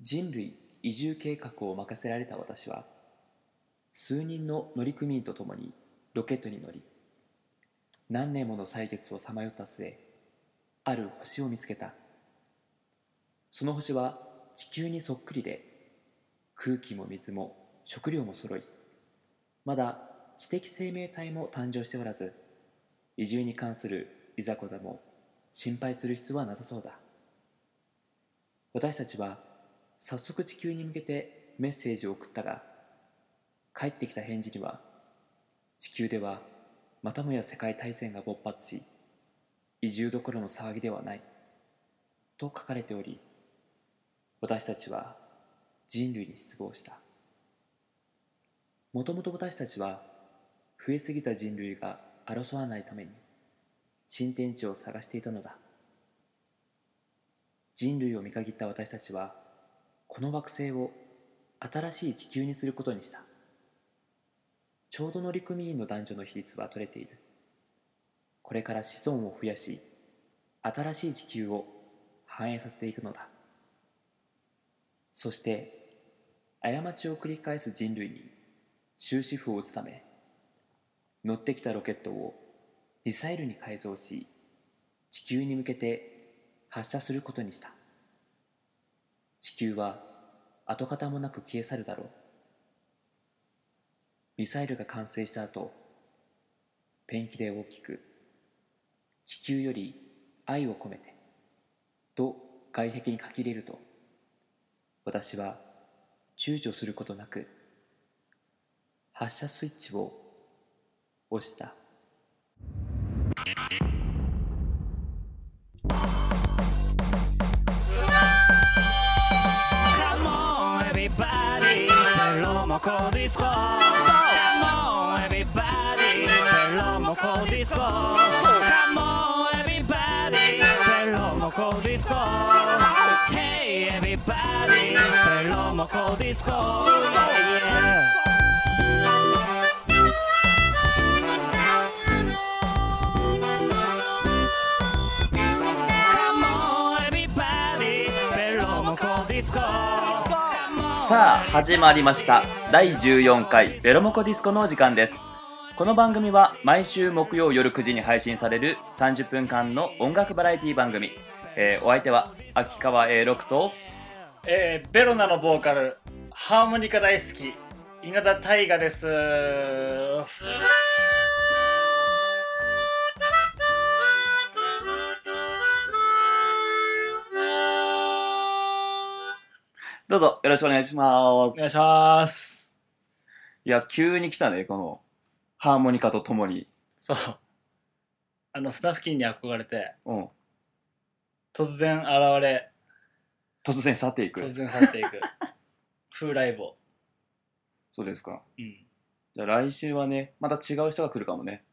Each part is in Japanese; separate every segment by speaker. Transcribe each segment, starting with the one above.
Speaker 1: 人類移住計画を任せられた私は数人の乗組員と共にロケットに乗り何年もの歳月をさまよった末ある星を見つけたその星は地球にそっくりで空気も水も食料も揃いまだ知的生命体も誕生しておらず移住に関するいざこざも心配する必要はなさそうだ私たちは早速地球に向けてメッセージを送ったが帰ってきた返事には地球ではまたもや世界大戦が勃発し移住どころの騒ぎではないと書かれており私たちは人類に失望したもともと私たちは増えすぎた人類が争わないために新天地を探していたのだ人類を見限った私たちはこの惑星を新しい地球にすることにしたちょうど乗組員の男女の比率は取れているこれから子孫を増やし新しい地球を繁栄させていくのだそして過ちを繰り返す人類に終止符を打つため乗ってきたロケットをミサイルに改造し地球に向けて発射することにした地球は跡形もなく消え去るだろうミサイルが完成した後ペンキで大きく「地球より愛を込めて」と外壁に書き入れると私は躊躇することなく発射スイッチを押した
Speaker 2: さあ始まりました第14回ベロモコディスコのお時間ですこの番組は毎週木曜夜9時に配信される30分間の音楽バラエティ番組、えーお相手は秋川 A6 と
Speaker 3: えーベロナのボーカルハーモニカ大好き稲田大我です
Speaker 2: どうぞよろしくお願いしま
Speaker 3: お
Speaker 2: す
Speaker 3: 願いします
Speaker 2: いや急に来たねこのハーモニカとともに
Speaker 3: そうあのスナフキンに憧れて
Speaker 2: うん
Speaker 3: 突然現れ
Speaker 2: 突然去っていく
Speaker 3: 突然去ってい く風来坊
Speaker 2: そうですか
Speaker 3: うん
Speaker 2: じゃあ来週はねまた違う人が来るかもね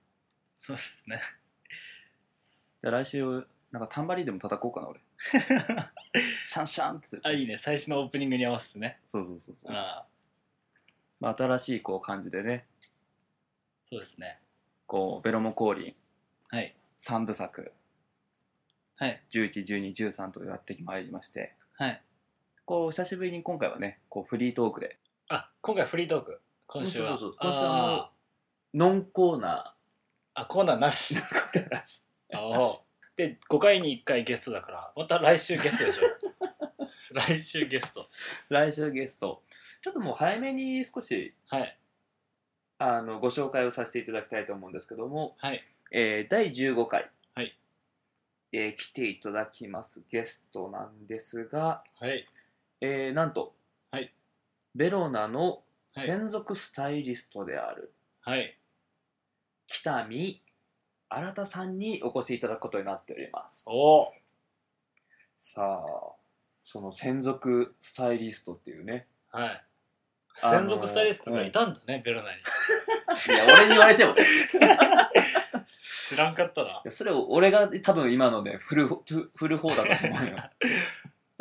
Speaker 3: そうですね
Speaker 2: じゃあ来週なんかタンバリンでも叩こうか な俺シャンシャンっつって
Speaker 3: あいいね最初のオープニングに合わせてね
Speaker 2: そうそうそうそう、
Speaker 3: ああ
Speaker 2: まあ、新しいこう感じでね
Speaker 3: そうですね
Speaker 2: こうベロモ降臨
Speaker 3: はい
Speaker 2: 3部作
Speaker 3: はい
Speaker 2: 111213とやってまいりまして
Speaker 3: はい
Speaker 2: こう久しぶりに今回はねこうフリートークで
Speaker 3: あ今回フリートーク今週は
Speaker 2: そうそうそう今週はもう
Speaker 3: あ
Speaker 2: ノンコーナ
Speaker 3: ーあコーナーなし
Speaker 2: ー
Speaker 3: ああ。で、5回に1回ゲストだから、また来週ゲストで しょ。来週ゲスト。
Speaker 2: 来週ゲストちょっともう早めに少し
Speaker 3: はい。
Speaker 2: あのご紹介をさせていただきたいと思うんですけども、
Speaker 3: はい。
Speaker 2: えー第15回、
Speaker 3: はい
Speaker 2: えー来ていただきますゲストなんですが、
Speaker 3: はい。
Speaker 2: えーなんと、
Speaker 3: はい
Speaker 2: ベロナの
Speaker 3: はい
Speaker 2: 専属スタイリストである
Speaker 3: はい。
Speaker 2: 北見新さんにお越しいただくことになっております
Speaker 3: おお。
Speaker 2: さあその専属スタイリストっていうね
Speaker 3: はい。
Speaker 2: あのー
Speaker 3: 専属スタイリストがいたんだね、ベロナに。
Speaker 2: いや俺に言われ てもね
Speaker 3: 知らんかったな。
Speaker 2: いやそれを俺が多分今のね振る振振る方だと 思うよだ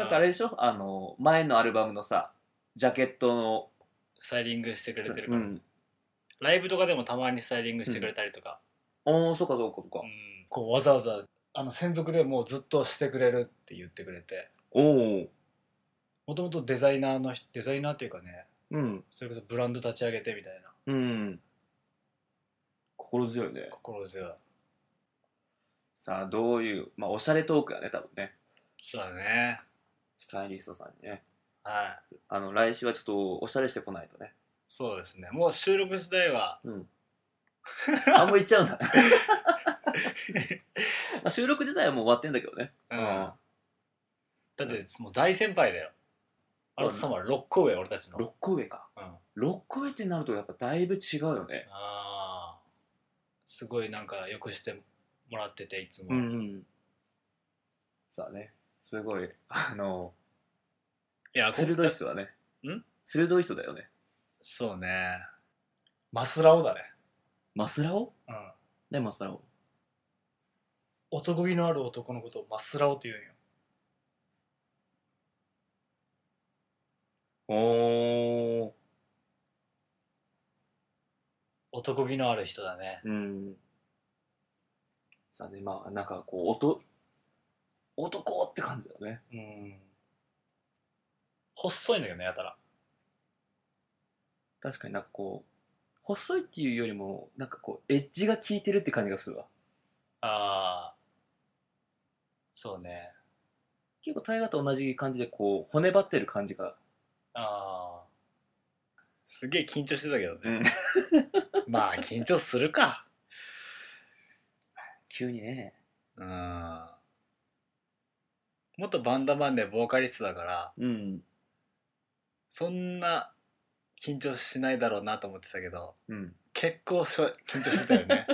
Speaker 2: ってあれでしょあの前のアルバムのさジャケットの、
Speaker 3: スタイリングしてくれてるか
Speaker 2: う
Speaker 3: ら。
Speaker 2: ん、
Speaker 3: ライブとかでもたまにスタイリングしてくれたりとか。
Speaker 2: おおそうかそうかそうか
Speaker 3: うん。こう、わざわざ、あの、専属でもうずっとしてくれるって言ってくれて。
Speaker 2: おお
Speaker 3: もともとデザイナーの人デザイナーっていうかね
Speaker 2: うん
Speaker 3: それこそブランド立ち上げてみたいな
Speaker 2: うん心強いね
Speaker 3: 心強い
Speaker 2: さあどういうまあおしゃれトークだね多分ね
Speaker 3: そうだね
Speaker 2: スタイリストさんにね
Speaker 3: はい
Speaker 2: あの来週はちょっとおしゃれしてこないとね
Speaker 3: そうですねもう収録自体は
Speaker 2: うん。あんま言っちゃ うんだ。まあ収録自体はもう終わってんだけどね。
Speaker 3: うん、
Speaker 2: ん
Speaker 3: だってもう大先輩だよあなた様は6個上俺たちの、うん、
Speaker 2: 6個上か。
Speaker 3: あ
Speaker 2: 6個上ってなるとやっぱだいぶ違うよね。
Speaker 3: あーすごいなんかよくしてもらってていつも、
Speaker 2: ん。さあね、すごい、あの、
Speaker 3: いや
Speaker 2: 鋭い
Speaker 3: こ
Speaker 2: 人だね。
Speaker 3: ん
Speaker 2: 鋭い人だよね。
Speaker 3: そうねマスラオだね
Speaker 2: マスラオ
Speaker 3: うん
Speaker 2: ね、マスラオ。
Speaker 3: 男気のある男のことをマスラオと言うんよ
Speaker 2: おー。
Speaker 3: 男気のある人だね
Speaker 2: うん。さあね、まあ、なんかこう、音、男って感じだよね。
Speaker 3: うん細いんだけどねやたら
Speaker 2: 確かになんかこう細いっていうよりもなんかこうエッジが効いてるって感じがするわ
Speaker 3: ああそうね
Speaker 2: 結構大河と同じ感じでこう骨張ってる感じが
Speaker 3: ああすげえ緊張してたけど
Speaker 2: う
Speaker 3: ね
Speaker 2: ん、
Speaker 3: まあ緊張するか
Speaker 2: 急にね
Speaker 3: うん元バンダマンでボーカリストだから
Speaker 2: うん
Speaker 3: そんな緊張しないだろうなと思ってたけど
Speaker 2: うん
Speaker 3: 結構しょ緊張してた よね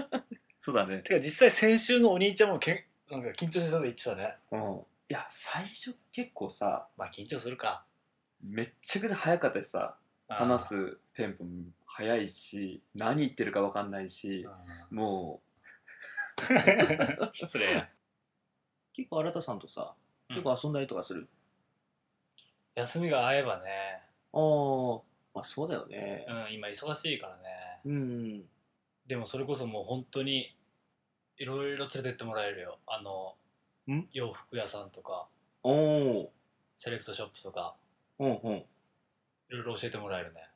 Speaker 2: そうだね
Speaker 3: てか実際先週のお兄ちゃんもけんなんか緊張してたって言ってたね
Speaker 2: うんいや最初結構さ
Speaker 3: まあ緊張するか
Speaker 2: めっちゃくちゃ早かったしさ話すテンポも早いし何言ってるか分かんないし
Speaker 3: うん
Speaker 2: も
Speaker 3: 失礼や
Speaker 2: う結構新田さんとさ
Speaker 3: うん
Speaker 2: 結構遊んだりとかする、
Speaker 3: 休みが合えばね
Speaker 2: ああまあそうだよね
Speaker 3: うん今忙しいからね
Speaker 2: うん
Speaker 3: でもそれこそもう本当にいろいろ連れてってもらえるよあの
Speaker 2: ん
Speaker 3: 洋服屋さんとか
Speaker 2: おお
Speaker 3: セレクトショップとか
Speaker 2: うんうん
Speaker 3: いろいろ教えてもらえるね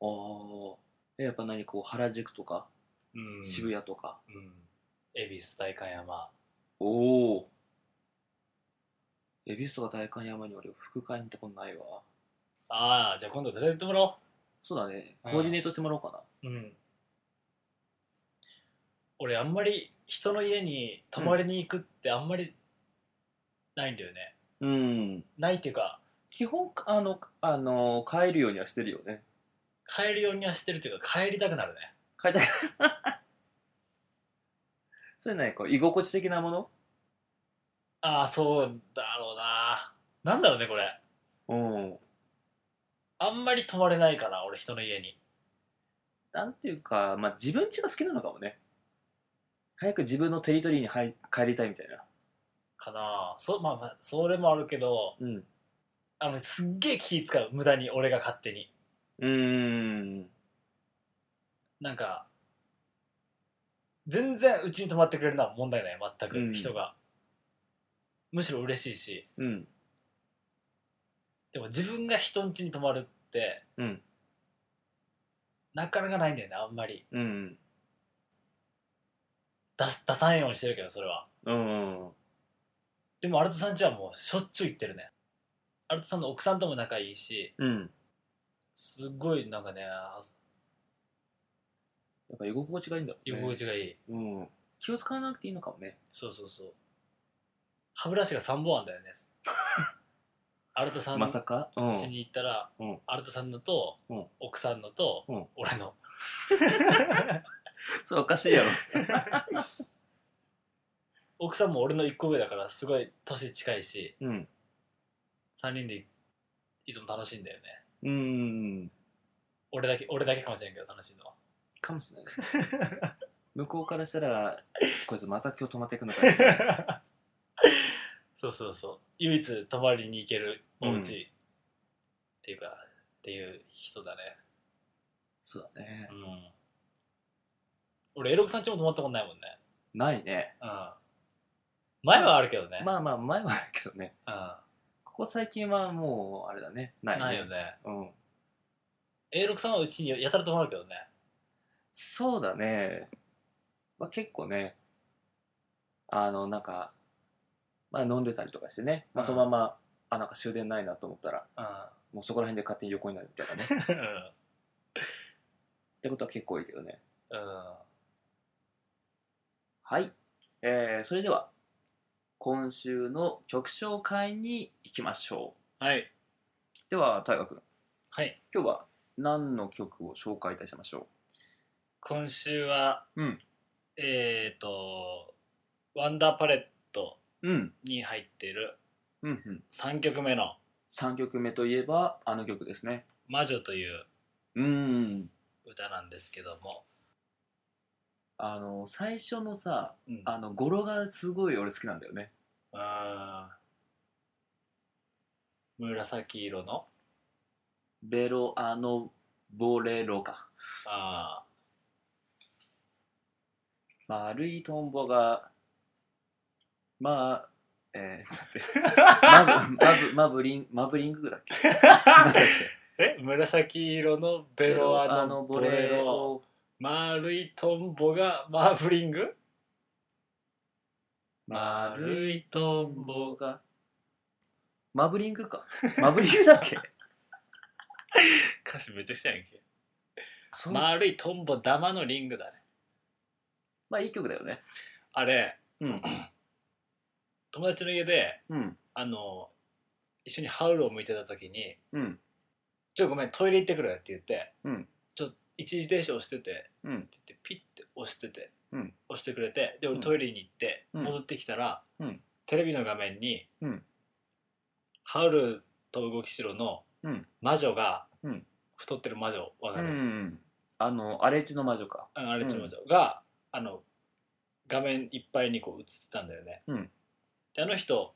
Speaker 2: ああ。えやっぱ何こう、原宿とか、
Speaker 3: うん
Speaker 2: 渋谷とか。
Speaker 3: うん恵比寿代官山
Speaker 2: おお。恵比寿とか代官山に俺、服買いに行ったことないわ。
Speaker 3: ああじゃあ今度連れてってもらお
Speaker 2: そうだね。
Speaker 3: うん
Speaker 2: コーディネートしてもらおうかな。
Speaker 3: ううん俺あんまり人の家に泊まりに行くってあんまりないんだよね、
Speaker 2: うん。
Speaker 3: ないっていうか
Speaker 2: 基本、あの、あの、帰るようにはしてるよね。
Speaker 3: 帰るようにはしてるっていうか帰りたくなるね
Speaker 2: 帰った。 それね、こう、居心地的なも
Speaker 3: ああそうだろうななんだろうねこれ
Speaker 2: のうん。
Speaker 3: あんまり泊まれないかな俺人の家に
Speaker 2: なんていうか、まあ、自分家が好きなのかもね。早く自分のテリトリーに入帰りたいみたいな。
Speaker 3: かなそ,、まあまあ、それもあるけど
Speaker 2: うん。
Speaker 3: あのすっげえ気使う無駄に俺が勝手に
Speaker 2: うーん。
Speaker 3: なんか全然うちに泊まってくれるのは問題ない全
Speaker 2: うん
Speaker 3: く人が、むしろ嬉しいし
Speaker 2: うん。
Speaker 3: でも自分が人ん家に泊まるって
Speaker 2: うん。
Speaker 3: なかなかないんだよねあんまり
Speaker 2: うん。
Speaker 3: 出し出さんようにしてるけどそれは
Speaker 2: うん。
Speaker 3: でもアルトさんちはもうしょっちゅう行ってるねアルトさんの奥さんとも仲いいし
Speaker 2: うん。
Speaker 3: すごいなんかね
Speaker 2: やっぱ居心地がいいんだろう
Speaker 3: 居
Speaker 2: ね。
Speaker 3: 心地がいい、
Speaker 2: うん。気を使わなくていいのかもね。
Speaker 3: そうそうそう。歯ブラシが3本あん だよね。アルトさんの
Speaker 2: ま
Speaker 3: 家
Speaker 2: さか。うん。
Speaker 3: に行ったら、
Speaker 2: うん
Speaker 3: アルトさんのと、
Speaker 2: うん
Speaker 3: 奥さんのと、
Speaker 2: うん
Speaker 3: 俺の。
Speaker 2: それおかしいやろ。
Speaker 3: 奥さんも俺の1個上だからすごい年近いし、
Speaker 2: うん。
Speaker 3: 3人でいつも楽しいんだよね。
Speaker 2: うん。
Speaker 3: 俺だけ、俺だけかもしれんけど楽しいのは。
Speaker 2: かもしれない。向こうからしたら、こいつまた今日泊まっていくのかよ
Speaker 3: そうそうそう。唯一泊まりに行けるお家、っていうか、っていう人だね。
Speaker 2: そうだね
Speaker 3: う。ん。俺、エロクさんちも泊まったことないもんね。
Speaker 2: ないね。
Speaker 3: うん前はあるけどね。
Speaker 2: まあまあ、前もあるけどね。
Speaker 3: うん。
Speaker 2: ここ最近はもう、あれだね。ないね。
Speaker 3: ないよね。
Speaker 2: うん。
Speaker 3: A6 さんはうちにやたらとまるけどね。
Speaker 2: そうだね。まあ、結構ね、あの、なんか、まあ飲んでたりとかしてね、まあ、そのまま、あ、なんか終電ないなと思ったら、もうそこら辺で勝手に横になるみたいな ね。っ
Speaker 3: うん。
Speaker 2: てことは結構多いけどね。
Speaker 3: うん。
Speaker 2: はい。えー、それでは、今週の曲紹介に行きましょ
Speaker 3: はい。
Speaker 2: う。では、大河君、
Speaker 3: はい。
Speaker 2: 今日は何の曲を紹介いたしましょ
Speaker 3: 今週は、
Speaker 2: うん
Speaker 3: えっ、と、ワンダーパレット
Speaker 2: ううん。
Speaker 3: に入っている
Speaker 2: うんうん。
Speaker 3: 3曲目の
Speaker 2: 3曲目といえば、あの曲ですね。
Speaker 3: 「魔女」という
Speaker 2: うーん。
Speaker 3: 歌なんですけども、
Speaker 2: あの、最初のさ、
Speaker 3: うん、
Speaker 2: あの語呂がすごい俺好きなんだよね
Speaker 3: あー紫色の
Speaker 2: ベロあのボレロか
Speaker 3: あ
Speaker 2: 丸いトンボがまあえー、ちょ
Speaker 3: ー
Speaker 2: っと待ってマブマブマブリンマブリングだっけ なんだっ
Speaker 3: え紫色の
Speaker 2: け
Speaker 3: ベロアのボ
Speaker 2: ボレ
Speaker 3: レロ
Speaker 2: ロ
Speaker 3: 丸いトンボがマーブリング
Speaker 2: 丸い
Speaker 3: 丸いト
Speaker 2: ト
Speaker 3: ン
Speaker 2: ンボ
Speaker 3: ボ
Speaker 2: がマブリングかマブリングだっけ
Speaker 3: 歌詞めちゃくちゃやんけ
Speaker 2: そうま
Speaker 3: 丸いトンボ玉のリングだね
Speaker 2: あいい曲だよね
Speaker 3: あれ
Speaker 2: うん
Speaker 3: 友達の家で
Speaker 2: うん
Speaker 3: あの一緒にハウルを向いてた時に
Speaker 2: うん
Speaker 3: 「ちょごめんトイレ行ってくる」って言って、
Speaker 2: うん
Speaker 3: ちょ一時停止押してて
Speaker 2: うん
Speaker 3: って言ってピッて押してて、
Speaker 2: うん
Speaker 3: 押してくれてで
Speaker 2: う
Speaker 3: 俺
Speaker 2: ん
Speaker 3: トイレに行って、
Speaker 2: うん
Speaker 3: 戻ってきたら、
Speaker 2: うん
Speaker 3: テレビの画面に、
Speaker 2: うん
Speaker 3: ハウルと動きしろの
Speaker 2: うん
Speaker 3: 魔女が、
Speaker 2: うん
Speaker 3: 太ってる魔女わ
Speaker 2: う
Speaker 3: かる、うん、
Speaker 2: んあの荒地の魔女か
Speaker 3: あれっちの魔女が、あの画面いっぱいにこう映ってたんだよね、
Speaker 2: うん
Speaker 3: であの人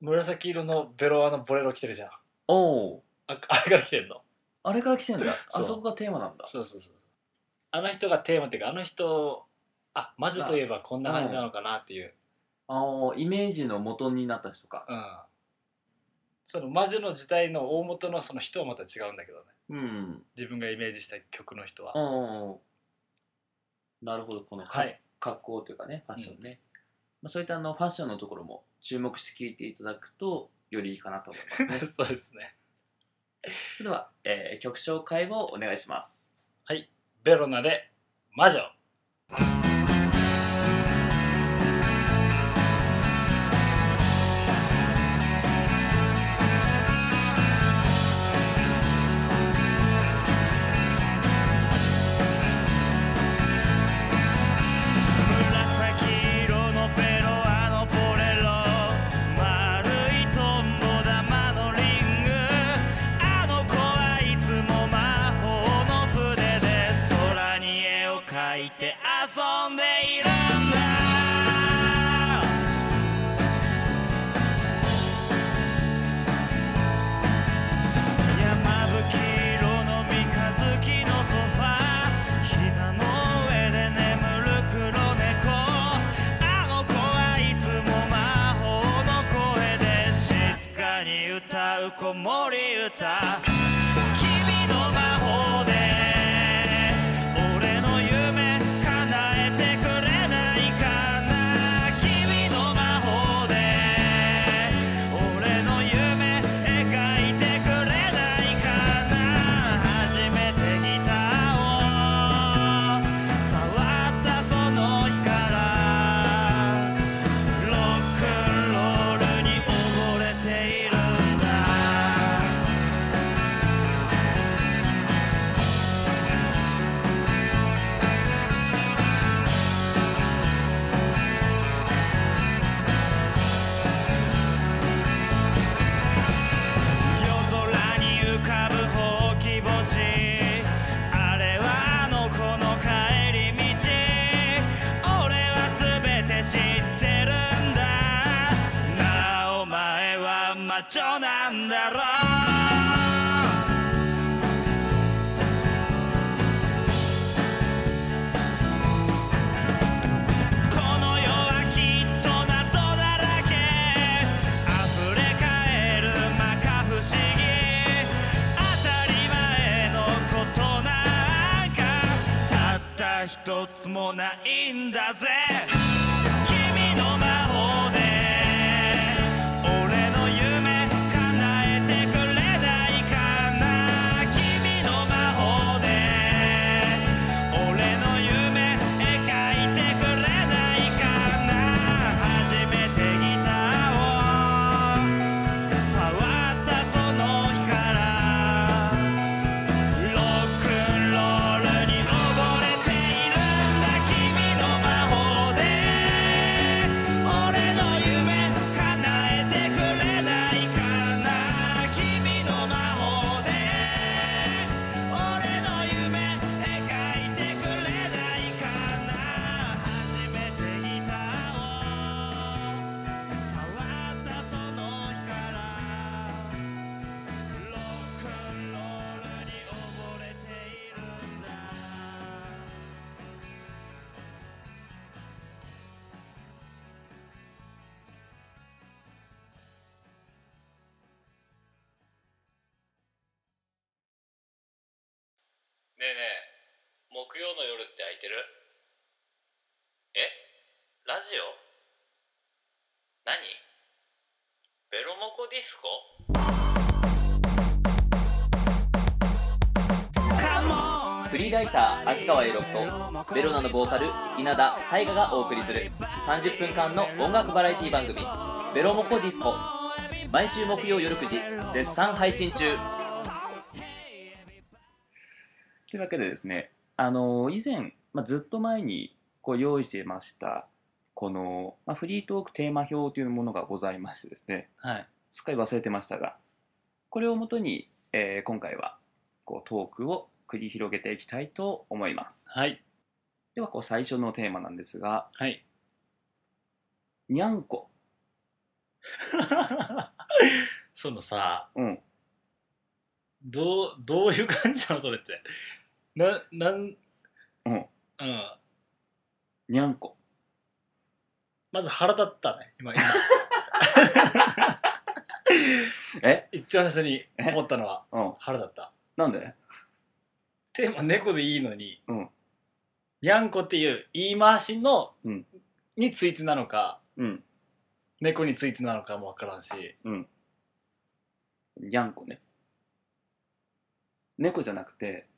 Speaker 3: 紫色のベロアのボレロ着てるじゃん
Speaker 2: おお
Speaker 3: ああれから着てんの
Speaker 2: あれから来てんだ
Speaker 3: そう
Speaker 2: あそこがテーマなんだ
Speaker 3: そうそうそうあの人がテーマっていうかあの人あ魔女といえばこんな感じなのかなっていう、
Speaker 2: ああイメージの元になった人か
Speaker 3: うんその魔女の時代の大元のその人はまた違うんだけどね
Speaker 2: うん
Speaker 3: 自分がイメージした曲の人は、
Speaker 2: うんなるほどこの、
Speaker 3: はい、
Speaker 2: 格好というかねファッションね、まあ、そういったあのファッションのところも注目して聞いていただくとよりいいかなと思います
Speaker 3: そうですね
Speaker 2: それでは、えー曲紹介をお願いします
Speaker 3: ベロナで魔女
Speaker 4: 紫色のベロアのボレロ丸いトンボ玉のリングあの子はいつも魔法の筆で空に絵を描いて遊んでいるんだ山吹色の三日月のソファ膝の上で眠る黒猫あの子はいつも魔法の声で静かに歌う子守歌君の魔法で俺の夢叶えてくれないかな君の魔法で俺の夢描いてくれないかな初めてギターを触ったその日からロックンロールに溺れているんだ夜空に浮かぶほうき星あれはあの子の帰り道俺は全て知ってるんだなあお前はマッチョなんだろうこの世はきっと謎だらけ溢れかえ一つもないんだぜ君の魔法で俺の夢叶えてくれないかな君の魔法で俺の夢描いてくれないかな初めてギターを触ったその日からロックンロールに溺れているんだ君の魔法で俺の夢叶えてくれないかな君の魔法で俺の夢描いてくれないかな初めてギターを触ったその日からロックンロールに溺れているんだ
Speaker 3: ねえねえ木曜の夜って空いてるえラジオ何ベロモコディスコ
Speaker 2: フリーライター秋川栄六とベロナのボーカル稲田大我がお送りする30分間の音楽バラエティ番組「ベロモコディスコ」毎週木曜夜9時絶賛配信中というわけでですねあの以前、まあ、ずっと前にこう用意してましたこの、まあ、フリートークテーマ表というものがございましてですね
Speaker 3: はい
Speaker 2: すっかり忘れてましたがこれをもとに、えー今回はこうトークを繰り広げていきたいと思います
Speaker 3: はい
Speaker 2: ではこう最初のテーマなんですが
Speaker 3: はい
Speaker 2: にゃんこ
Speaker 3: そのさ
Speaker 2: うん
Speaker 3: どうどういう感じなのそれってななん
Speaker 2: うん
Speaker 3: うん
Speaker 2: にゃんこ
Speaker 3: まず腹立ったね今今
Speaker 2: え
Speaker 3: 一番最初に思ったのは
Speaker 2: うん
Speaker 3: 腹立った
Speaker 2: なんで
Speaker 3: テーマ猫でいいのに、
Speaker 2: うん
Speaker 3: にゃんこっていう言い回しの、
Speaker 2: うん
Speaker 3: についてなのか
Speaker 2: うん
Speaker 3: 猫についてなのかもわからんし
Speaker 2: にゃんこね猫じゃなくて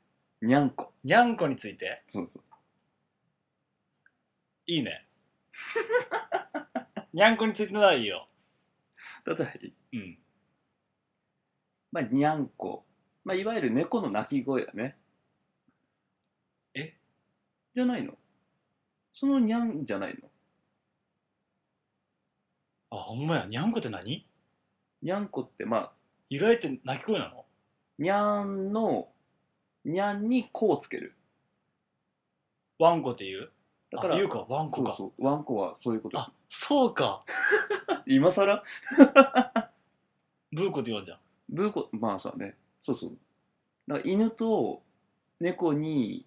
Speaker 2: にゃんこ
Speaker 3: にゃんこについて
Speaker 2: そうそう
Speaker 3: いいね にゃんこについてならいいよ
Speaker 2: だったらいい
Speaker 3: うん
Speaker 2: まあにゃんこ、まあ、いわゆる猫の鳴き声だね
Speaker 3: え
Speaker 2: じゃないのそのにゃんじゃないの
Speaker 3: あほんまやにゃんこって何
Speaker 2: にゃんこってまあ
Speaker 3: 由来って鳴き声なの
Speaker 2: にゃんのにゃんにこをつける
Speaker 3: ワンコっていう
Speaker 2: だから
Speaker 3: あ言うかワンコ
Speaker 2: そ
Speaker 3: か
Speaker 2: うそうワンコはそういうこと
Speaker 3: あそうか
Speaker 2: 今さら
Speaker 3: ブーコって言わんじゃん
Speaker 2: ブーコまあさねそうそうだから犬と猫に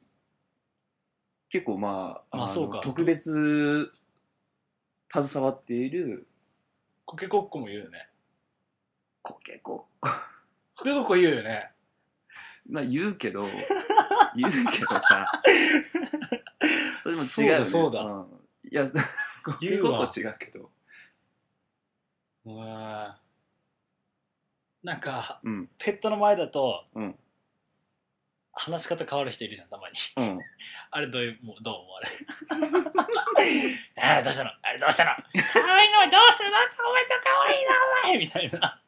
Speaker 2: 結構まあ
Speaker 3: あ
Speaker 2: の
Speaker 3: そうか
Speaker 2: 特別携わっている
Speaker 3: コケコッコも言うよね
Speaker 2: コケコ
Speaker 3: コケコッコ言うよね
Speaker 2: まあ言うけど 言うけどさそれも違うよね
Speaker 3: そうだそうだ
Speaker 2: んいや コケ
Speaker 3: 言う
Speaker 2: コ
Speaker 3: わ
Speaker 2: は違うけど
Speaker 3: うわーなんか
Speaker 2: うん
Speaker 3: ペットの前だと、
Speaker 2: うん
Speaker 3: 話し方変わる人いるじゃんたまに
Speaker 2: うん
Speaker 3: あれどういうもうどう思われ あれどうしたのあれどうしたの 可愛いのはどうしたのお前と可愛いなお前みたいな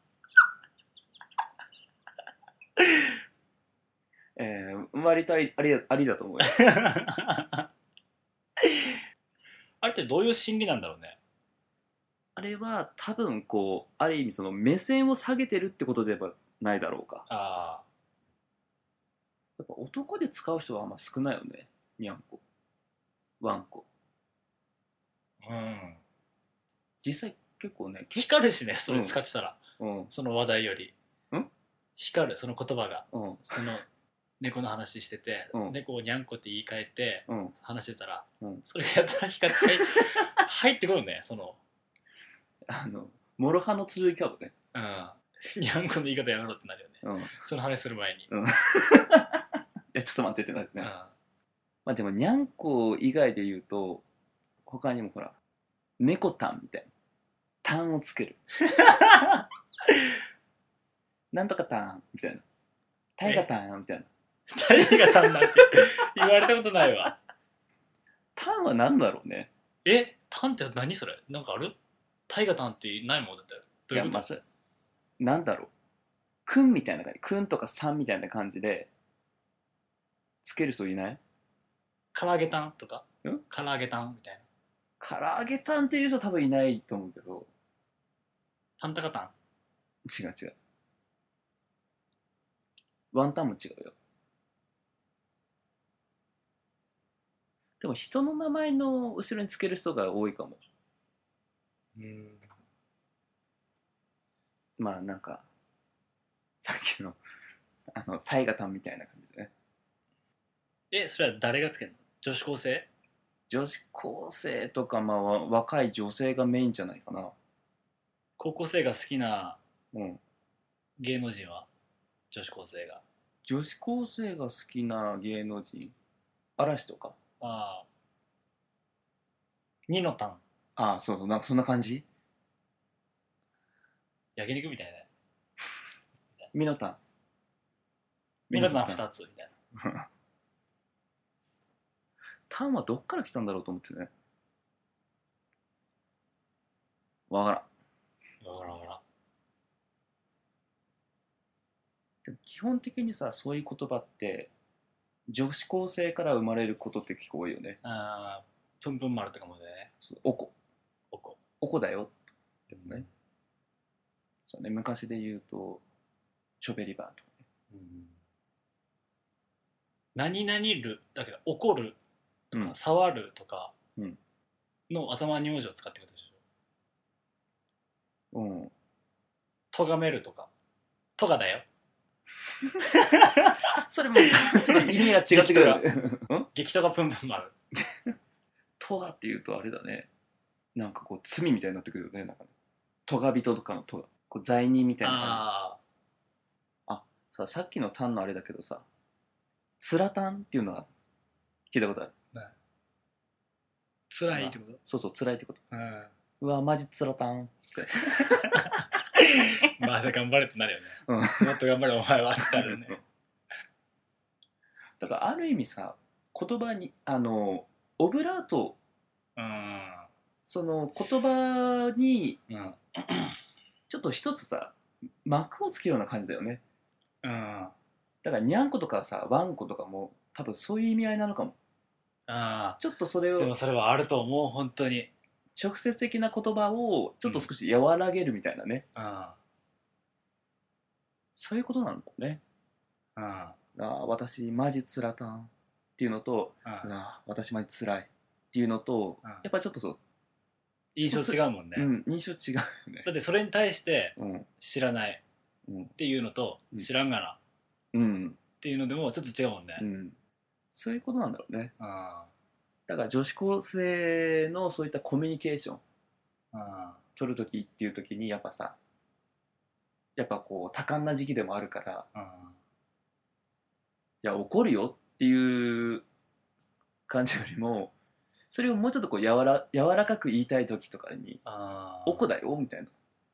Speaker 2: えー、割とありありありだと 思うよ
Speaker 3: あれってどういう心理なんだろうね
Speaker 2: あれは多分こうある意味その目線を下げてるってことではないだろうか
Speaker 3: ああ
Speaker 2: やっぱ男で使う人はあんま少ないよねにゃんこわんこ
Speaker 3: うん
Speaker 2: 実際結構ね結
Speaker 3: 光るしねそれ使ってたら、
Speaker 2: 構
Speaker 3: その話題より
Speaker 2: ん
Speaker 3: 光るその言葉が
Speaker 2: うんうん
Speaker 3: その猫の話してて、
Speaker 2: うん
Speaker 3: 猫をにゃんこって言い換えて
Speaker 2: うん
Speaker 3: 話してたら、
Speaker 2: うん
Speaker 3: それがやたら光って 入ってこるねその、
Speaker 2: あの諸刃の剣かもね
Speaker 3: うん、にゃんこの言い方やめろってなるよね
Speaker 2: うんい
Speaker 3: その話する前に、
Speaker 2: やちょっと待ってってなるね、
Speaker 3: うん
Speaker 2: まあでも、にゃんこ以外で言うと、他にもほら、猫タンみたいな。タンをつ ける。なんとかタンみたいな。タイガタンみたいな。
Speaker 3: 誰が単なんて言われたことないわ。
Speaker 2: タンは何だろうね。
Speaker 3: え、単って何それなんかあるタイガ単ってないもんだったよ。どういうこ
Speaker 2: や、
Speaker 3: と
Speaker 2: まず、なんだろう。くんみたいな感じ。くんとかさんみたいな感じで、つける人いない
Speaker 3: 唐揚げタンとか
Speaker 2: ん
Speaker 3: 唐揚げタンみたいな。
Speaker 2: 唐揚げタンっていう人多分いないと思うけど、
Speaker 3: タンタカタン。
Speaker 2: 違う違う。ワンタンも違うよ。でも人の名前の後ろにつける人が多いかも。
Speaker 3: うん。
Speaker 2: まあなんか、さっきの、あの、大河タンみたいな感じでね。
Speaker 3: え、それは誰がつけるの女子高生
Speaker 2: 女子高生とか、まあわ若い女性がメインじゃないかな。
Speaker 3: 高校生が好きな
Speaker 2: うん。
Speaker 3: 芸能人は女子高生が。
Speaker 2: 女子高生が好きな芸能人嵐とか
Speaker 3: ああ。ニノタン。
Speaker 2: ああ、そうそう、なんかそんな感じ
Speaker 3: 焼肉みたいなね。
Speaker 2: ミノタン。
Speaker 3: ミノタン
Speaker 2: ミ
Speaker 3: 2つみたいな。
Speaker 2: タンはどっから来たんだろうと思ってね。わからん。
Speaker 3: わからんわからん。
Speaker 2: でも基本的にさ、そういう言葉って、女子高生から生まれることって結構多いよね。
Speaker 3: ああ、プンプン丸とかもね。
Speaker 2: そうおこ、
Speaker 3: おこ。
Speaker 2: おこだよってもね。そうね、昔で言うと、チョベリバーとかね。
Speaker 3: うん何々るだけど怒るとか、
Speaker 2: うん
Speaker 3: 触るとか
Speaker 2: うん
Speaker 3: の頭に文字を使ってくるでしょ
Speaker 2: うん。
Speaker 3: とがめるとかとがだよ
Speaker 2: それも、ちょっと意味が違ってく
Speaker 3: やって
Speaker 2: る。うん
Speaker 3: 激とがぷんぷん丸
Speaker 2: とがっていうとあれだね。なんかこう、罪みたいになってくるよね。なんかね。とが人とかのとが。こう罪人みたいな感じ。
Speaker 3: あ
Speaker 2: ささっきのタンのあれだけどさスラタンっていうのは聞いたことある
Speaker 3: ー辛いってこと
Speaker 2: そうそう辛いってこと
Speaker 3: うん
Speaker 2: うわマジスラタン
Speaker 3: まだ頑張れってなるよね、
Speaker 2: うん
Speaker 3: もっと頑張れお前はってなるよね
Speaker 2: だからある意味さ言葉にあのオブラート
Speaker 3: う
Speaker 2: その言葉に
Speaker 3: んうん
Speaker 2: ちょっと一つさ幕をつけるような感じだよね
Speaker 3: うん
Speaker 2: だからにゃんことかさわんことかも多分そういう意味合いなのかも
Speaker 3: あ
Speaker 2: ちょっとそれ
Speaker 3: ーで
Speaker 2: を
Speaker 3: もそれはあると思う本当に
Speaker 2: 直接的な言葉をちょっと少し和らげるみたいなね、
Speaker 3: うん
Speaker 2: そういうことなんだよね
Speaker 3: うん
Speaker 2: あー私マジスラタンっていうのと
Speaker 3: う
Speaker 2: うんわ私まで辛いっていうのと、
Speaker 3: うん
Speaker 2: やっぱちょっとそう、
Speaker 3: 印象違うもんね、
Speaker 2: うん、印象違うよね。
Speaker 3: だってそれに対して
Speaker 2: うん、
Speaker 3: 知らない
Speaker 2: うん
Speaker 3: っていうのと、
Speaker 2: うん
Speaker 3: 知らんがなっ
Speaker 2: うん、
Speaker 3: ていうのでもちょっと違うもんね、
Speaker 2: うん。そういうことなんだろうね。
Speaker 3: あ
Speaker 2: だから女子高生のそういったコミュニケーション
Speaker 3: ああ
Speaker 2: 取るときっていうときにやっぱさ、やっぱこう多感な時期でもあるから、
Speaker 3: あ
Speaker 2: いや怒るよっていう感じよりも、それをもうちょっとこう柔ら柔らかく言いたいときとかに、
Speaker 3: あ
Speaker 2: 怒だよみたいな。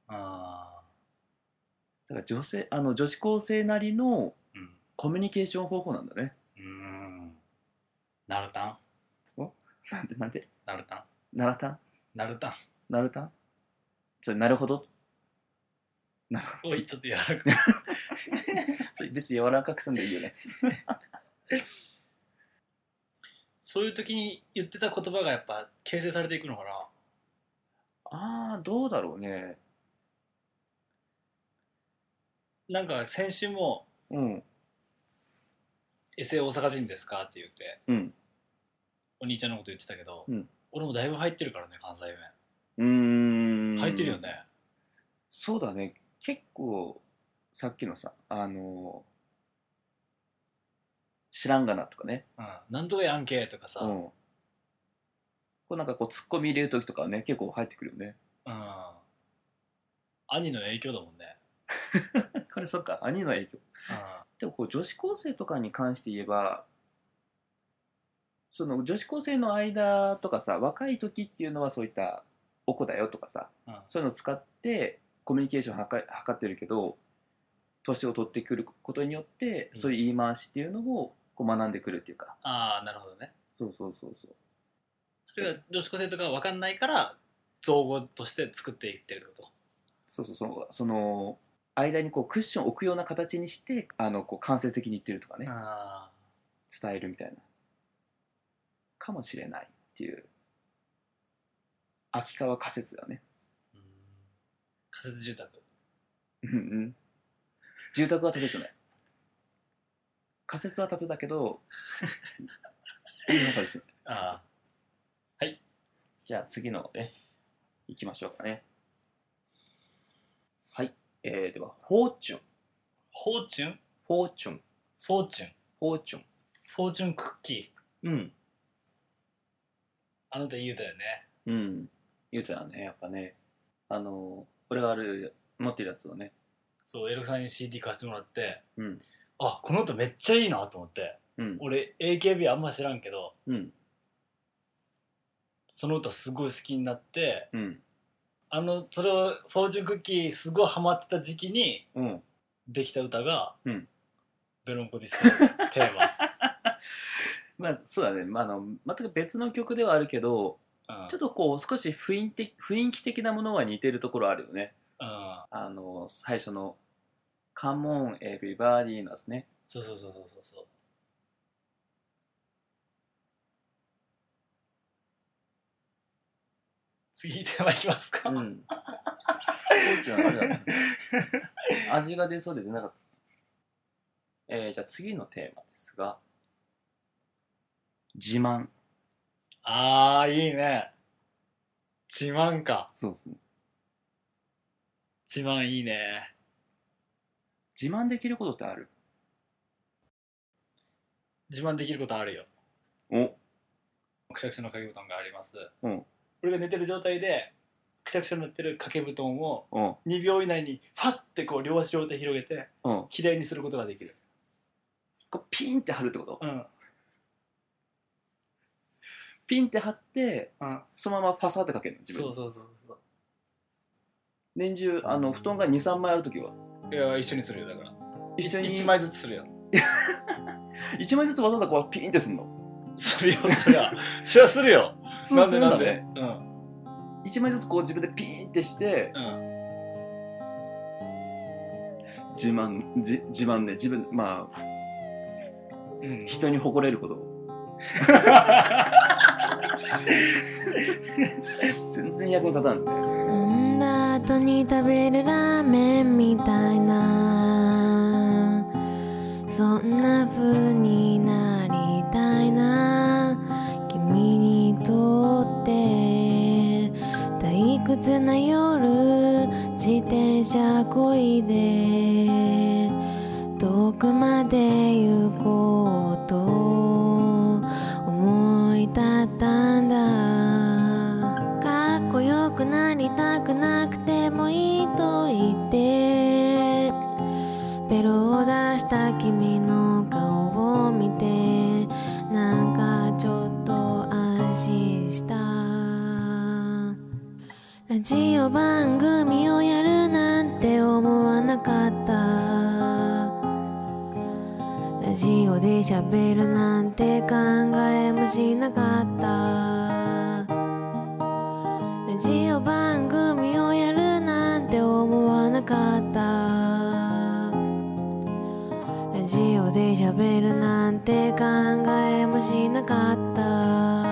Speaker 3: あ
Speaker 2: だから女性、あの女子高生なりの
Speaker 3: ーうん
Speaker 2: コミュニケーション方法なんだね。
Speaker 3: うーんなるたん
Speaker 2: なんてなんて
Speaker 3: なるたん
Speaker 2: ならたん
Speaker 3: なるたん
Speaker 2: なるたんそれなるほど
Speaker 3: おいちょっとやらか
Speaker 2: それ別に柔らかくすんでいいよね
Speaker 3: そういう時に言ってた言葉がやっぱ形成されていくのかな
Speaker 2: ああどうだろうね
Speaker 3: なんか先週も
Speaker 2: うん
Speaker 3: 「エセ大阪人ですか?」って言って
Speaker 2: うん
Speaker 3: お兄ちゃんのこと言ってたけど、
Speaker 2: うん
Speaker 3: 俺もだいぶ入ってるからね関西
Speaker 2: うーん
Speaker 3: 弁入ってるよね
Speaker 2: そうだね結構さっきのさあの知らんがなとかね
Speaker 3: うん、なんとかやんけとかさ、
Speaker 2: うんこうなんかこうツッコミ入れる時とかはね結構入ってくるよね
Speaker 3: うん兄の影響だもんね、
Speaker 2: これそっか兄の影響
Speaker 3: うん
Speaker 2: でもこう女子高生とかに関して言えばその女子高生の間とかさ若い時っていうのはそういった「おこだよ」とかさ、
Speaker 3: うん
Speaker 2: そういうのを使ってコミュニケーションをはか図ってるけど年を取ってくることによって、
Speaker 3: うん
Speaker 2: そういう言い回しっていうのをこう学んでくるっていうか
Speaker 3: ああなるほどね
Speaker 2: そうそうそうそう
Speaker 3: それが女子高生とかは分かんないから造語として作っていってるってこと
Speaker 2: そうそうそうその間にこうクッションを置くような形にしてあのこう間接的に言ってるとかね、
Speaker 3: あ
Speaker 2: 伝えるみたいなかもしれないっていう秋川仮説だね
Speaker 3: ーうん仮設住宅
Speaker 2: うんうん住宅は建ててない仮説は建てたけ どいい中ですね
Speaker 3: あ
Speaker 2: じゃあ次のね行きましょうかねはい、えー、ではフォーチュン
Speaker 3: あフォーチュン
Speaker 2: フォーチュン
Speaker 3: フォーチュン
Speaker 2: フォーチュン
Speaker 3: フォーチュンクッキー
Speaker 2: うん
Speaker 3: あの手言うたよね
Speaker 2: うん言うたらねやっぱねあの俺がある持ってるやつをね
Speaker 3: そうエロさんに CD 貸してもらって
Speaker 2: うん
Speaker 3: あこの歌めっちゃいいなと思って
Speaker 2: うん
Speaker 3: 俺 AKB あんま知らんけど
Speaker 2: うん
Speaker 3: その歌すごい好きになって
Speaker 2: うん
Speaker 3: あのそれを「フォーチュンクッキー」すごいハマってた時期に
Speaker 2: うん
Speaker 3: できた歌が「
Speaker 2: うん
Speaker 3: ベロンコディスコ」のテー
Speaker 2: まあそうだね、まあ、あの全く別の曲ではあるけど
Speaker 3: マ、うん
Speaker 2: ちょっとこう少し雰囲気雰囲気的なものは似てるところあるよね
Speaker 3: うん、
Speaker 2: あの最初の「カモンエビバディ」のやつね
Speaker 3: そうそうそうそうそうそう次テーマいきますか、
Speaker 2: うんそうじゃんあれ だね味が出そうで出なかったえー、じゃあ次のテーマですが自慢
Speaker 3: ああいいね自慢か
Speaker 2: そうそう
Speaker 3: 自慢いいね
Speaker 2: 自慢できることってある
Speaker 3: 自慢できることあるよ
Speaker 2: お
Speaker 3: くしゃくしゃの掛け布団があります、
Speaker 2: うん
Speaker 3: 俺が寝てる状態でくしゃくしゃになってる掛け布団を
Speaker 2: うん
Speaker 3: 2秒以内にファッてこう両足両手広げて
Speaker 2: うん
Speaker 3: 綺麗にすることができる
Speaker 2: こうピンって貼るってこと
Speaker 3: うん
Speaker 2: ピンって貼って
Speaker 3: うん
Speaker 2: そのままパサーってかけるの自分
Speaker 3: そ
Speaker 2: に
Speaker 3: うそうそうそ
Speaker 2: 年中あの布団が23枚ある時は
Speaker 3: ういや一緒にするよだから
Speaker 2: 一緒に
Speaker 3: 1枚ずつするよ
Speaker 2: 一枚ずつわざわざこうピンってすんの
Speaker 3: するよそりゃそりゃするよ
Speaker 2: そうするん
Speaker 3: な
Speaker 2: だ
Speaker 3: んで
Speaker 2: ね
Speaker 3: なん
Speaker 2: 一枚ずつこう自分でピンってして
Speaker 3: でうんうん
Speaker 2: 自慢自自慢ね自分まあ
Speaker 3: うん
Speaker 2: 人に誇れること全然役に立たんね
Speaker 5: 飲んだ後に食べるラーメンみたいなそんな風になりたいな君にとって退屈な夜自転車こいで遠くまで行こうと思い立ったんだかっこよくなりたくなくてもいいと言ってベロを出した君の顔を見てなんかちょっと安心したラジオ番組をやるなんて思わなかったラジオで喋るなんて考えもしなかったラジオ番組をやるなんて思わなかったラジオで喋るなんて考えもしなかった